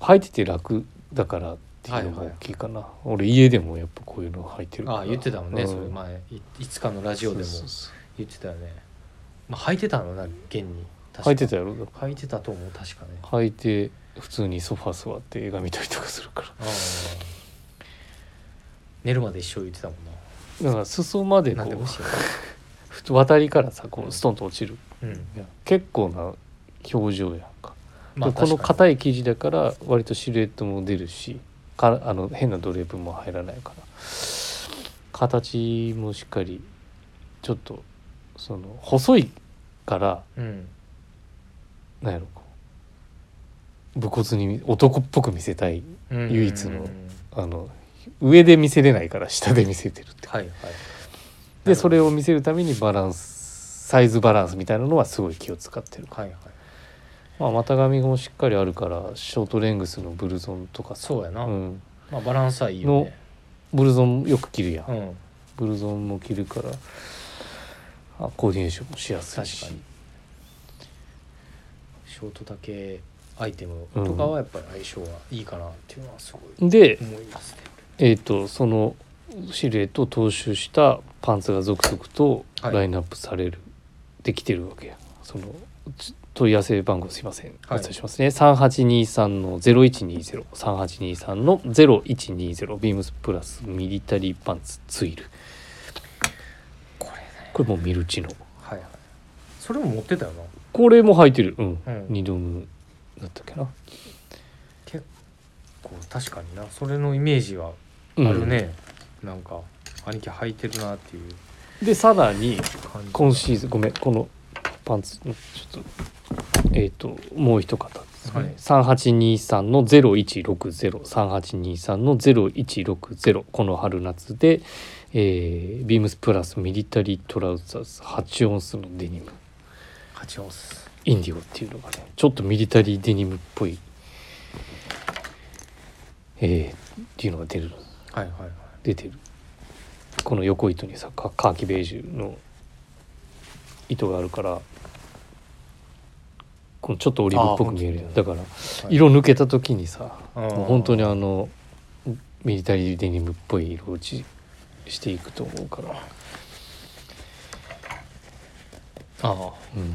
Speaker 1: あ、履いてて楽だからっていうのも大きいかな、俺家でもやっぱこういうの履いてるから
Speaker 2: ああ言ってたもんね
Speaker 1: う
Speaker 2: それ前いいつかのラジオでも
Speaker 1: そうそうそう
Speaker 2: 言ってたよねまあ履いてたのな現に確か
Speaker 1: 履いてたやろだか
Speaker 2: 履いてたと思う確かね
Speaker 1: ら履いて普通にソファ座って映画見たりとかするから
Speaker 2: ああ寝るまで一生言ってたもんな
Speaker 1: だから裾まで
Speaker 2: なん
Speaker 1: こ
Speaker 2: で
Speaker 1: う
Speaker 2: むしろ
Speaker 1: ふと渡りからさこうストンと落ちる
Speaker 2: うん
Speaker 1: いや結構な表情やんか,、
Speaker 2: まあ
Speaker 1: この
Speaker 2: 確かに
Speaker 1: 硬い生地だから割とシルエットも出るしかあの変なドレープも入らないから形もしっかりちょっとその細いから
Speaker 2: うん
Speaker 1: なんやろこう武骨に男っぽく見せたい
Speaker 2: うん
Speaker 1: 唯一の
Speaker 2: うん
Speaker 1: あの上で見せれないから下で見せてるって
Speaker 2: はいはい
Speaker 1: でそれを見せるためにバランスサイズバランスみたいなのはすごい気を使ってる
Speaker 2: はいはい
Speaker 1: まあ、股上もしっかりあるからショートレングスのブルゾンとかさ
Speaker 2: そうやな、
Speaker 1: うん、
Speaker 2: まあバランスはいいよね
Speaker 1: ブルゾンよく着るやん、
Speaker 2: うん
Speaker 1: ブルゾンも着るからあコーディネーションもしやすいし
Speaker 2: 確かにショート丈アイテムとかはやっぱり相性はいいかなっていうのはすごい
Speaker 1: で、
Speaker 2: 思いますね、
Speaker 1: えー、とそのシルエットを踏襲したパンツが続々と
Speaker 2: はい
Speaker 1: ラインナップされる、できてるわけやそのち問い合わせ番号すいません、
Speaker 2: はい
Speaker 1: お伝えしますね3823の01203823の0120ビームスプラスミリタリーパンツツイル
Speaker 2: これね
Speaker 1: これもうミルチの
Speaker 2: はいはいそれも持ってたよな
Speaker 1: これも履いてるうん、
Speaker 2: うん
Speaker 1: 二度目だったっけな、
Speaker 2: 結構確かになそれのイメージは
Speaker 1: うん
Speaker 2: あるね、なんか兄貴履いてるなっていう
Speaker 1: でさらに
Speaker 2: 感じ
Speaker 1: 今シーズンごめんこのパンツちょっとえっ、ともう一方ですね、
Speaker 2: はい
Speaker 1: 3823の01603823の0160この春夏で、えービームスプラスミリタリートラウザーズ8オンスのデニム
Speaker 2: 8オンス
Speaker 1: インディゴっていうのがねちょっとミリタリーデニムっぽい、えーっていうのが出る
Speaker 2: はいはいはい
Speaker 1: 出てるこの横糸にさカカーキベージュの糸があるからこのちょっとオリーブっぽく見えるや
Speaker 2: あ
Speaker 1: ん
Speaker 2: ー
Speaker 1: だから
Speaker 2: はい
Speaker 1: 色抜けた時にさ
Speaker 2: うん
Speaker 1: もう本当にあのミリタリーデニムっぽい色落ちしていくと思うから、
Speaker 2: ああ
Speaker 1: うん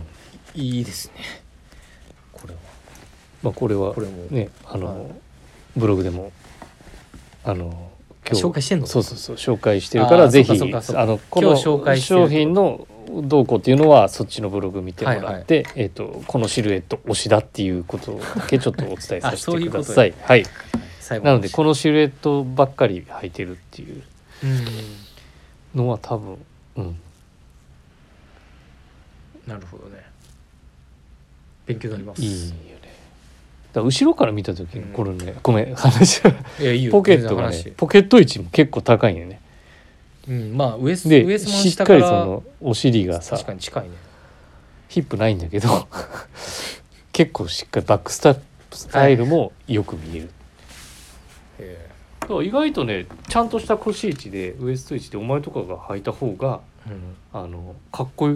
Speaker 2: いいですねこれは
Speaker 1: まあ、これは
Speaker 2: これも
Speaker 1: ねあの、
Speaker 2: はい
Speaker 1: ブログでもあの
Speaker 2: 紹介してんの
Speaker 1: そうそうそう紹介してるから
Speaker 2: あー
Speaker 1: ぜひ
Speaker 2: そうかそうか
Speaker 1: あのこの
Speaker 2: 今日紹介してる
Speaker 1: 商品のどうこうっていうのはそっちのブログ見てもらって、えっ、とこのシルエット推しだっていうことだけちょっとお伝えさ
Speaker 2: あ
Speaker 1: せ
Speaker 2: そう
Speaker 1: て
Speaker 2: いう
Speaker 1: く
Speaker 2: こと
Speaker 1: ださいはい
Speaker 2: 最後
Speaker 1: なのでこのシルエットばっかり履いてるっていう
Speaker 2: うん
Speaker 1: のは多分うん
Speaker 2: なるほどね勉強になります
Speaker 1: いいよねだから後ろから見た時に
Speaker 2: うん
Speaker 1: これね、ごめん話が
Speaker 2: いやいいよ
Speaker 1: ポケットが
Speaker 2: 全
Speaker 1: ね
Speaker 2: 然
Speaker 1: ポケット位置も結構高いんよね
Speaker 2: 話うんまあウエスウエ
Speaker 1: で
Speaker 2: スマン
Speaker 1: しっ
Speaker 2: 下
Speaker 1: か
Speaker 2: か
Speaker 1: り
Speaker 2: ら
Speaker 1: そのお尻がさ
Speaker 2: 確かに近いね
Speaker 1: ヒップないんだけど 結構しっかりバックスタスタイルもよく見える、
Speaker 2: え
Speaker 1: だから意外とねちゃんとした腰位置でウエスト位置でお前とかが履いた方が
Speaker 2: えうん
Speaker 1: あのかっこ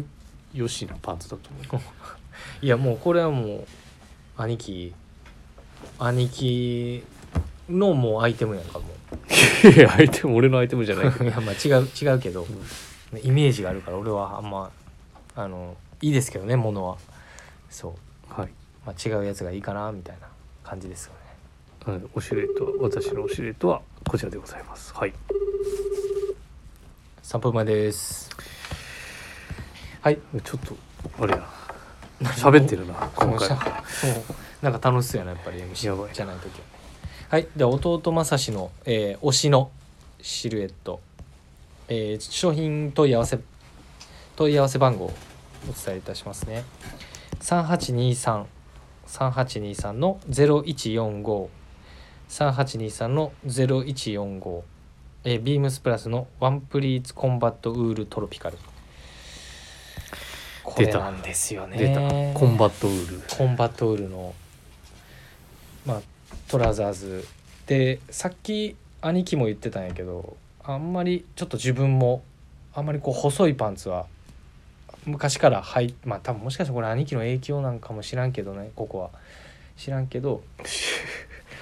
Speaker 1: よしなパンツだと思う
Speaker 2: いやもうこれはもう兄貴兄貴のもうアイテムやんかも
Speaker 1: いや相手も俺の相手もじゃないけ
Speaker 2: う いやまあ違う違うけど、イメージがあるから俺はあんまあのいいですけどねものはそう、
Speaker 1: ど、 はい
Speaker 2: まあ、違うやつがいいかなみたいな感じですよね
Speaker 1: あの、おシルエットは私のおシルエットはこちらでございますはい
Speaker 2: 3分前ですはい
Speaker 1: ちょっとあれやな喋ってるな
Speaker 2: 今
Speaker 1: 今
Speaker 2: 回
Speaker 1: 回
Speaker 2: もうなんか楽しそうやなやっぱり MC じゃ
Speaker 1: や
Speaker 2: ない
Speaker 1: ばい
Speaker 2: 時はねはいでは弟正志の、えー推しのシルエット、えー商品問い合わせ問い合わせ番号をお伝えいたしますね3823 3823の0145 3823の0145えー、ビームスプラスのワンプリーツコンバットウールトロピカルこれ
Speaker 1: 出た
Speaker 2: なんですよね
Speaker 1: 出たコンバットウール
Speaker 2: コンバトールの、まあ、トラザーズでさっき兄貴も言ってたんやけどあんまりちょっと自分もあんまりこう細いパンツは昔からはいまあ多分もしかしたらこれ兄貴の影響なんかも知らんけどねここは知らんけ ど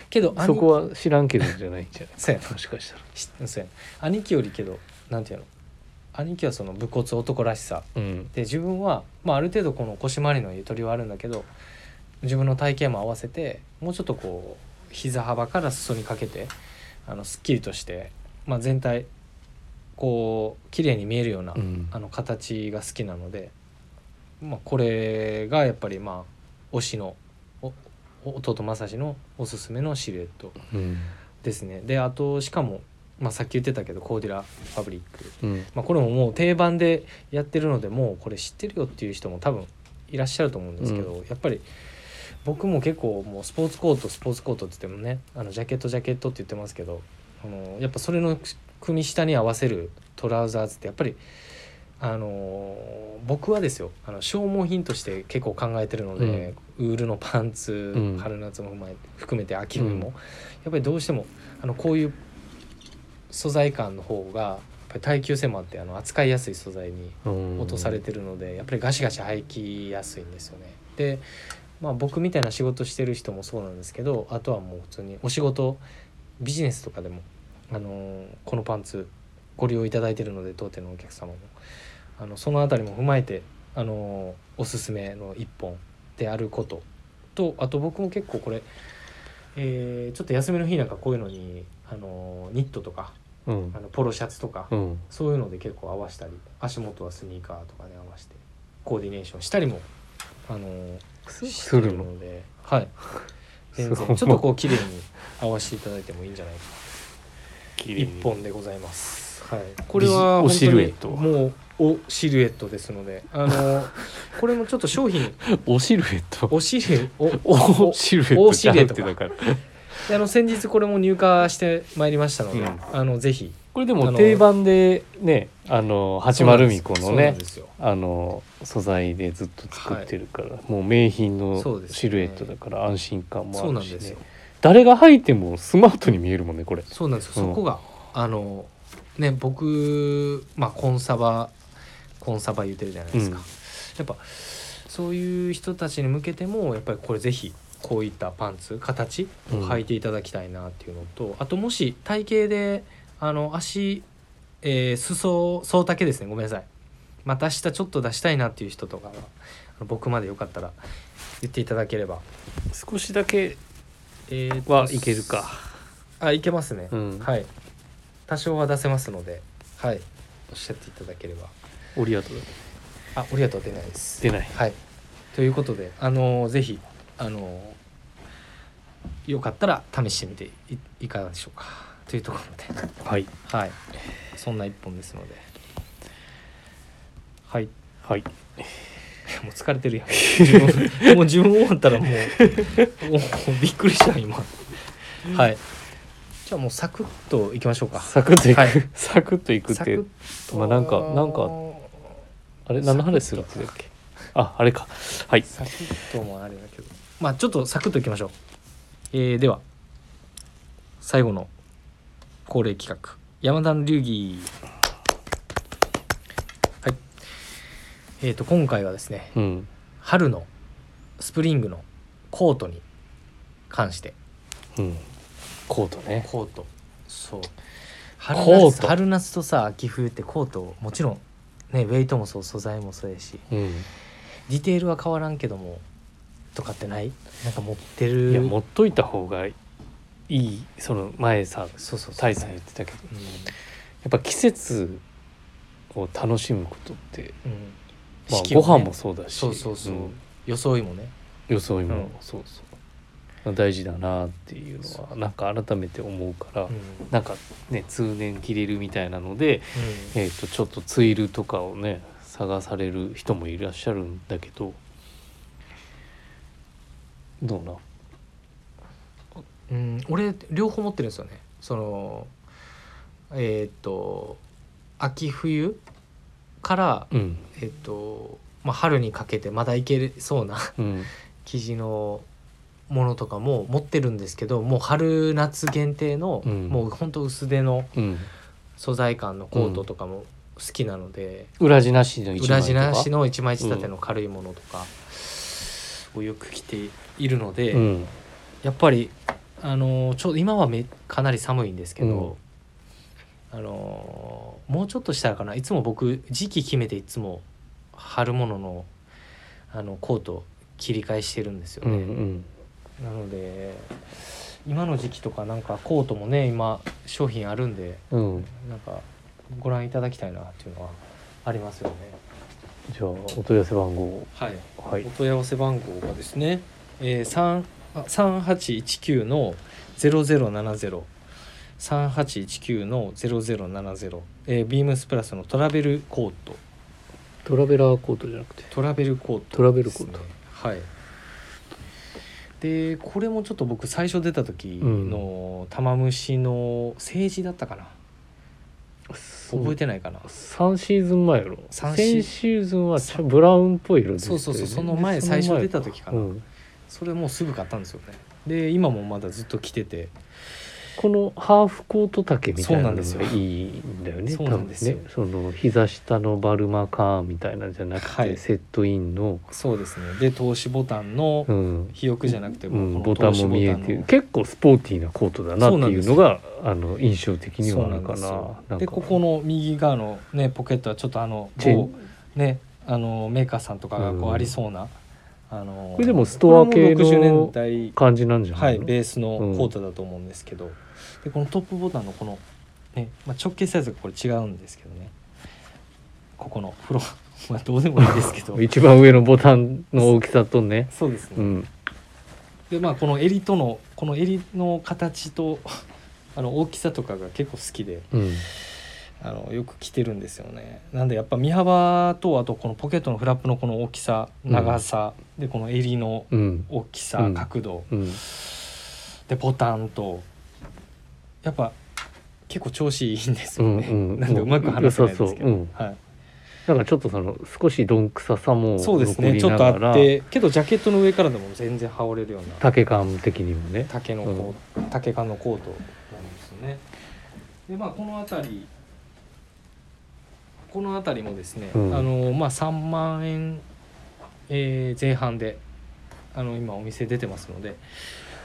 Speaker 2: けど兄
Speaker 1: そこは知らんけどじゃないんじゃない
Speaker 2: そうや
Speaker 1: もしかしたら
Speaker 2: しそうや兄貴よりけどなんていうの兄貴はその武骨男らしさ
Speaker 1: うん
Speaker 2: で自分は、まあ、ある程度この腰回りのゆとりはあるんだけど自分の体型も合わせてもうちょっとこう膝幅から裾にかけてあのすっきりとして、まあ、全体こう綺麗に見えるような、
Speaker 1: うん
Speaker 2: あの形が好きなので、まあ、これがやっぱりまあ推しのお弟正志のおすすめのシルエット
Speaker 1: うん
Speaker 2: ですね。であとしかも、まあ、さっき言ってたけどコーデュラファブリック
Speaker 1: うん
Speaker 2: まあ、これももう定番でやってるのでもうこれ知ってるよっていう人も多分いらっしゃると思うんですけど、やっぱり僕も結構もうスポーツコートスポーツコートって言ってもねあのジャケットジャケットって言ってますけどあのやっぱそれの組下に合わせるトラウザーズってやっぱりあの僕はですよあの消耗品として結構考えてるので、ウールのパンツ、
Speaker 1: うん
Speaker 2: 春夏も踏まえ含めて秋冬も、やっぱりどうしてもあのこういう素材感の方がやっぱり耐久性もあってあの扱いやすい素材に
Speaker 1: 落
Speaker 2: 落とされてるのでやっぱりガシガシ履きやすいんですよね。で、まあ、僕みたいな仕事してる人もそうなんですけどあとはもう普通にお仕事ビジネスとかでも、あのーこのパンツご利用いただいてるので当店のお客様もあのその辺りも踏まえて、あのーおすすめの一本であることとあと僕も結構これ、えーちょっと休みの日なんかこういうのに、あのーニットとか
Speaker 1: うん
Speaker 2: あのポロシャツとか。
Speaker 1: うん
Speaker 2: そういうので結構合わしたり足元はスニーカーとかで合わせてコーディネーションしたりもあのー
Speaker 1: するの
Speaker 2: ので、 はい、
Speaker 1: す
Speaker 2: 全然
Speaker 1: ごい
Speaker 2: ちょっとこう綺麗に合わせていただいてもいいんじゃないか
Speaker 1: 綺
Speaker 2: 一
Speaker 1: 麗に
Speaker 2: 本でございます。はい、これは
Speaker 1: ビジおシルエット
Speaker 2: 本当にもうおシルエットですので、あの ーこれもちょっと商品
Speaker 1: おシルエット
Speaker 2: おシルエット お
Speaker 1: お
Speaker 2: お
Speaker 1: シルエット
Speaker 2: おシルエット
Speaker 1: ってだから
Speaker 2: であの先日これも入荷してまいりましたので、
Speaker 1: うん
Speaker 2: あのぜひ
Speaker 1: これで
Speaker 2: あ
Speaker 1: も
Speaker 2: の
Speaker 1: 定番でねあの八丸美子
Speaker 2: そ
Speaker 1: の
Speaker 2: うな
Speaker 1: ね
Speaker 2: んですよ
Speaker 1: あの素材でずっと作ってるから、もう名品
Speaker 2: そう
Speaker 1: の
Speaker 2: ですね
Speaker 1: シルエットだから安心感もあ
Speaker 2: そうなん
Speaker 1: るし、
Speaker 2: です
Speaker 1: ね
Speaker 2: よ、
Speaker 1: 誰が履いてもスマートに見えるもんねこれ
Speaker 2: そうなんですよ、
Speaker 1: うん
Speaker 2: そこがあのね僕まあコンサバコンサバ言ってるじゃないですか、
Speaker 1: うん
Speaker 2: やっぱそういう人たちに向けてもやっぱりこれぜひこういったパンツ形を履いていただきたいなっていうのと、あともし体型であの足、えー裾総丈ですねごめんなさい股下ちょっと出したいなっていう人とかはあの僕までよかったら言っていただければ、
Speaker 1: 少しだけ
Speaker 2: えーと
Speaker 1: はいけるか、
Speaker 2: あいけますね、
Speaker 1: うん
Speaker 2: はい多少は出せますのではいおっしゃっていただければ
Speaker 1: オリアートだ
Speaker 2: あおりがとう出ないです
Speaker 1: 出ない
Speaker 2: はいということであのーぜひあのーよかったら試してみていいかがでしょうかというところで
Speaker 1: はい
Speaker 2: はいそんな一本ですのではい い
Speaker 1: はい
Speaker 2: やもう疲れてるやん自分 もう自分終わったらもうもうびっくりした今はいじゃあもうサクッといきましょうか
Speaker 1: サクッといく、
Speaker 2: はい
Speaker 1: サクッといくっ
Speaker 2: サ
Speaker 1: て
Speaker 2: クッと
Speaker 1: まあなんかなんかあれ何の話するってだっけああれかはい
Speaker 2: サクッともあれだけどまあちょっとサクッといきましょう、えーでは最後の恒例企画山田の流儀はいえー、と今回はですね
Speaker 1: うん
Speaker 2: 春のスプリングのコートに関して
Speaker 1: うんコートね
Speaker 2: コートそう
Speaker 1: コ
Speaker 2: 春
Speaker 1: ート
Speaker 2: 夏春夏とさ秋冬ってコートもちろんねウェイトもそう素材もそうやし
Speaker 1: うん
Speaker 2: ディテールは変わらんけどもとかってないなんか持ってる
Speaker 1: いや持っといた方がいいその前さ
Speaker 2: そうそうそう
Speaker 1: 大さん言ってたけどやっぱ季節を楽しむことって、
Speaker 2: うんうん
Speaker 1: まあ
Speaker 2: 四、季
Speaker 1: ご
Speaker 2: をね
Speaker 1: 飯もそうだし
Speaker 2: そうそうそうん装いもね
Speaker 1: 装いも、
Speaker 2: うん
Speaker 1: そうそう大事だなっていうのはなんか改めて思うから、
Speaker 2: うん
Speaker 1: なんかね通年着れるみたいなので、
Speaker 2: うん
Speaker 1: えー、とちょっとツイルとかをね探される人もいらっしゃるんだけどどうな
Speaker 2: うん俺両方持ってるんですよねそのえーっと秋冬から
Speaker 1: うん
Speaker 2: えーっとまあ春にかけてまだいけるそうな
Speaker 1: うん
Speaker 2: 生地のものとかも持ってるんですけどもう春夏限定の、
Speaker 1: うん
Speaker 2: もうほんと薄手の
Speaker 1: うん
Speaker 2: 素材感のコートとかも好きなので、
Speaker 1: 裏地なしの一枚とか
Speaker 2: 裏地なしの一枚仕立ての軽いものとかをよく着ているので、
Speaker 1: うん
Speaker 2: やっぱりあのーちょうど今はめかなり寒いんですけど、あのーもうちょっとしたらかないつも僕時期決めていつも春物のあのコート切り替えしてるんですよ
Speaker 1: うんう
Speaker 2: ね。
Speaker 1: ん
Speaker 2: なので今の時期とかなんかコートもね今商品あるんで
Speaker 1: うん
Speaker 2: なんかご覧いただきたいなっていうのはありますよね。
Speaker 1: じゃあお問い合わせ番号を
Speaker 2: はい
Speaker 1: はい
Speaker 2: お問い合わせ番号がですね、えー、3 3819の0070 3819の0070、えー、ビームスプラスのトラベルコート
Speaker 1: トラベラーコートじゃなくて
Speaker 2: トラベルコート
Speaker 1: トラベルコー
Speaker 2: です
Speaker 1: ト
Speaker 2: ねはいでこれもちょっと僕最初出た時の玉虫の政治だったかな、覚えてないかな
Speaker 1: 3シーズン前やろ
Speaker 2: 三シー
Speaker 1: 先シーズンはちゃブラウンっぽい色でした
Speaker 2: そ
Speaker 1: よ
Speaker 2: う
Speaker 1: ね
Speaker 2: そうそうその前最初出た時かな、
Speaker 1: うん
Speaker 2: それもうすぐ買ったんですよねで今もまだずっと着てて
Speaker 1: このハーフコート丈みたいなのが
Speaker 2: そうなんですよ
Speaker 1: いいんだよね
Speaker 2: そうなんです
Speaker 1: 多
Speaker 2: よ
Speaker 1: 分ねその膝下のバルマカーンみたいなんじゃなくて、
Speaker 2: はい
Speaker 1: セットインの、
Speaker 2: そうですねで投資ボタンの
Speaker 1: うん
Speaker 2: 肥沃じゃなくて、
Speaker 1: うん、
Speaker 2: こ
Speaker 1: ボ
Speaker 2: の
Speaker 1: タ
Speaker 2: 投
Speaker 1: ン
Speaker 2: 資
Speaker 1: も見えて
Speaker 2: ボタン
Speaker 1: 結構スポーティーなコートだなっていうのがあの印象的に
Speaker 2: のそ
Speaker 1: はあ
Speaker 2: うな
Speaker 1: る
Speaker 2: ん
Speaker 1: か
Speaker 2: で
Speaker 1: な
Speaker 2: すよ
Speaker 1: なんか
Speaker 2: でここの右側のねポケットはちょっとあの
Speaker 1: チェーン
Speaker 2: 某ねあのメーカーさんとかが
Speaker 1: う
Speaker 2: こうんありそうな、あの
Speaker 1: これでもストア系の
Speaker 2: これも60年
Speaker 1: 感じなんじゃ
Speaker 2: 代は
Speaker 1: ない
Speaker 2: い
Speaker 1: の、
Speaker 2: ベースのコートだと思うんですけど、でこのトップボタンのこのね、まあ、直径サイズがこれ違うんですけどねここのフロア まあどうでもいいです けど
Speaker 1: 一番上のボタンの大きさとね、
Speaker 2: そうですね、
Speaker 1: うん、
Speaker 2: でまあこの襟とのこの襟の形と あの大きさとかが結構好きで
Speaker 1: うん、
Speaker 2: あのよく着てるんですよねなんでやっぱ身幅とあとこのポケットのフラップのこの大きさ
Speaker 1: うん
Speaker 2: 長さ、でこの襟の
Speaker 1: うん、
Speaker 2: 大きさ、
Speaker 1: うん
Speaker 2: 角度
Speaker 1: うん、
Speaker 2: でボタンとやっぱ結構調子いいんです
Speaker 1: う
Speaker 2: よ
Speaker 1: ん、
Speaker 2: ね、
Speaker 1: うん、
Speaker 2: なんでうまく話せないんで
Speaker 1: 良
Speaker 2: す
Speaker 1: さ
Speaker 2: け
Speaker 1: そう
Speaker 2: ど、
Speaker 1: うん、
Speaker 2: はい、
Speaker 1: なんかちょっとその少しどんくささも
Speaker 2: そうです
Speaker 1: 残
Speaker 2: ね
Speaker 1: り
Speaker 2: ちょ
Speaker 1: な
Speaker 2: っと
Speaker 1: が
Speaker 2: あ
Speaker 1: ら、
Speaker 2: ってけどジャケットの上からでも全然羽織れるような
Speaker 1: 竹感的にもね、
Speaker 2: 竹のこう竹缶のコートなんですねでまあこの辺りこの辺りもですね、
Speaker 1: うん
Speaker 2: あのまあ3万円、えー前半であの今お店出てますので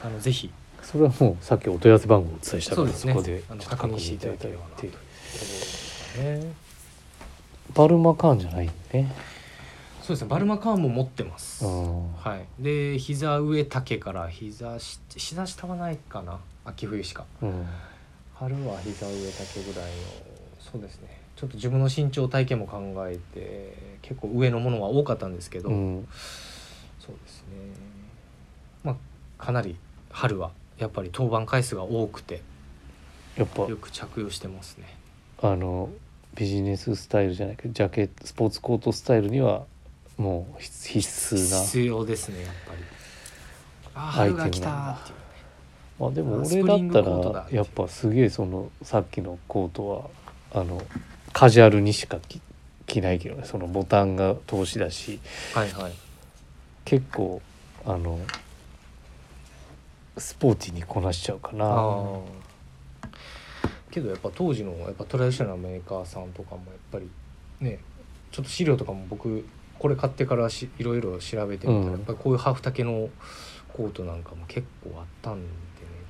Speaker 2: あのぜひ
Speaker 1: それはもうさっきお問い合わせ番号をお伝えしたか
Speaker 2: そう
Speaker 1: ら
Speaker 2: で
Speaker 1: そ,、
Speaker 2: すね
Speaker 1: こで
Speaker 2: あの
Speaker 1: ちょっと
Speaker 2: 確認していただければな
Speaker 1: 確認していただければ
Speaker 2: そう
Speaker 1: バルマカーンじゃないね。
Speaker 2: ですねバルマカーンも持ってます、
Speaker 1: うん
Speaker 2: はいで膝上丈から膝下膝下はないかな秋冬しか
Speaker 1: うん
Speaker 2: 春は膝上丈ぐらいのそうですねちょっと自分の身長体型も考えて結構上のものは多かったんですけど、
Speaker 1: うん
Speaker 2: そうですねまあかなり春はやっぱり登板回数が多くて
Speaker 1: やっぱ
Speaker 2: よく着用してますね
Speaker 1: あのビジネススタイルじゃないけどジャケットスポーツコートスタイルにはもう必必須な
Speaker 2: 必要ですねやっぱりあー
Speaker 1: アイ
Speaker 2: 春
Speaker 1: テム
Speaker 2: が来た
Speaker 1: なんだ
Speaker 2: ーっていうね
Speaker 1: まあでも
Speaker 2: あ
Speaker 1: 俺
Speaker 2: スプリング
Speaker 1: だっ
Speaker 2: コート
Speaker 1: た
Speaker 2: だっ
Speaker 1: ら
Speaker 2: ていう
Speaker 1: やっぱすげえそのさっきのコートはあのカジュアルにしか着着ないけどねそのボタンが通しだし
Speaker 2: はいはい
Speaker 1: 結構あのスポーティーにこなしちゃうか
Speaker 2: あ
Speaker 1: な
Speaker 2: ーけどやっぱ当時のやっぱトラディショナルメーカーさんとかもやっぱりねちょっと資料とかも僕これ買ってからしいろいろ調べてみたら、
Speaker 1: うん
Speaker 2: やっぱりこういうハーフ丈のコートなんかも結構あったんでね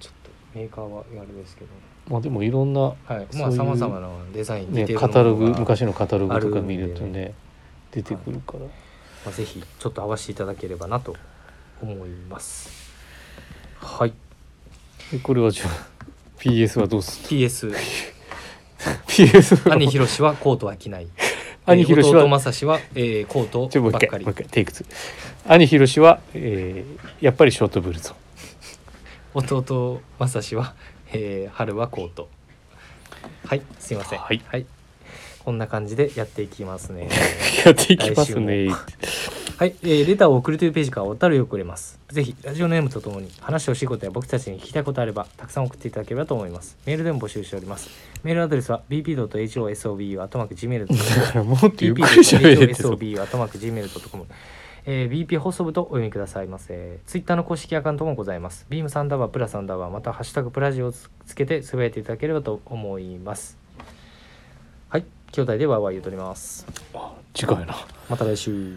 Speaker 2: ちょっとメーカーはあれですけど、
Speaker 1: まあでもいろんな
Speaker 2: はい、まあ
Speaker 1: そういう
Speaker 2: さまざまなデザイン
Speaker 1: ね
Speaker 2: ディテール
Speaker 1: カ
Speaker 2: の
Speaker 1: タログ
Speaker 2: ものが
Speaker 1: 昔のカタログと
Speaker 2: あ
Speaker 1: か
Speaker 2: るん
Speaker 1: 見
Speaker 2: で
Speaker 1: るとね出てくるから
Speaker 2: まあ、ぜひちょっと合わせていただければなと思いますはい
Speaker 1: でこれはじ ゃあ PS はどうする
Speaker 2: PS
Speaker 1: PS は
Speaker 2: 兄ひろしはコートは着ない
Speaker 1: 兄ひろしは
Speaker 2: えー弟正志は、えーコート
Speaker 1: ちょもう
Speaker 2: ば
Speaker 1: 一
Speaker 2: っ
Speaker 1: 回
Speaker 2: かり
Speaker 1: もう一回テイク2兄ひろしは、えーやっぱりショートブルゾン
Speaker 2: 弟正志は、えー春はコートはいすいません
Speaker 1: はい
Speaker 2: こんな感じでやっていきますね
Speaker 1: やっていきますね
Speaker 2: はい、えーレターを送るというページからお便りをくれますぜひラジオネームとともに話してほしいことや僕たちに聞きたいことあればたくさん送っていただければと思いますメールでも募集しておりますメールアドレスは bp.hosobu.gmail.com
Speaker 1: だからもっとゆっくりしゃべれってそ
Speaker 2: bp.sob.gmail.com えー、BP 放送部とお読みくださいませ。ツイッターの公式アカウントもございます。ビームサンダーバープラサンダーバーまたハッシュタグプラジオをつつけてつぶやいていただければと思います。はい、兄弟でワーワー言うとります。
Speaker 1: 次回な
Speaker 2: また来週。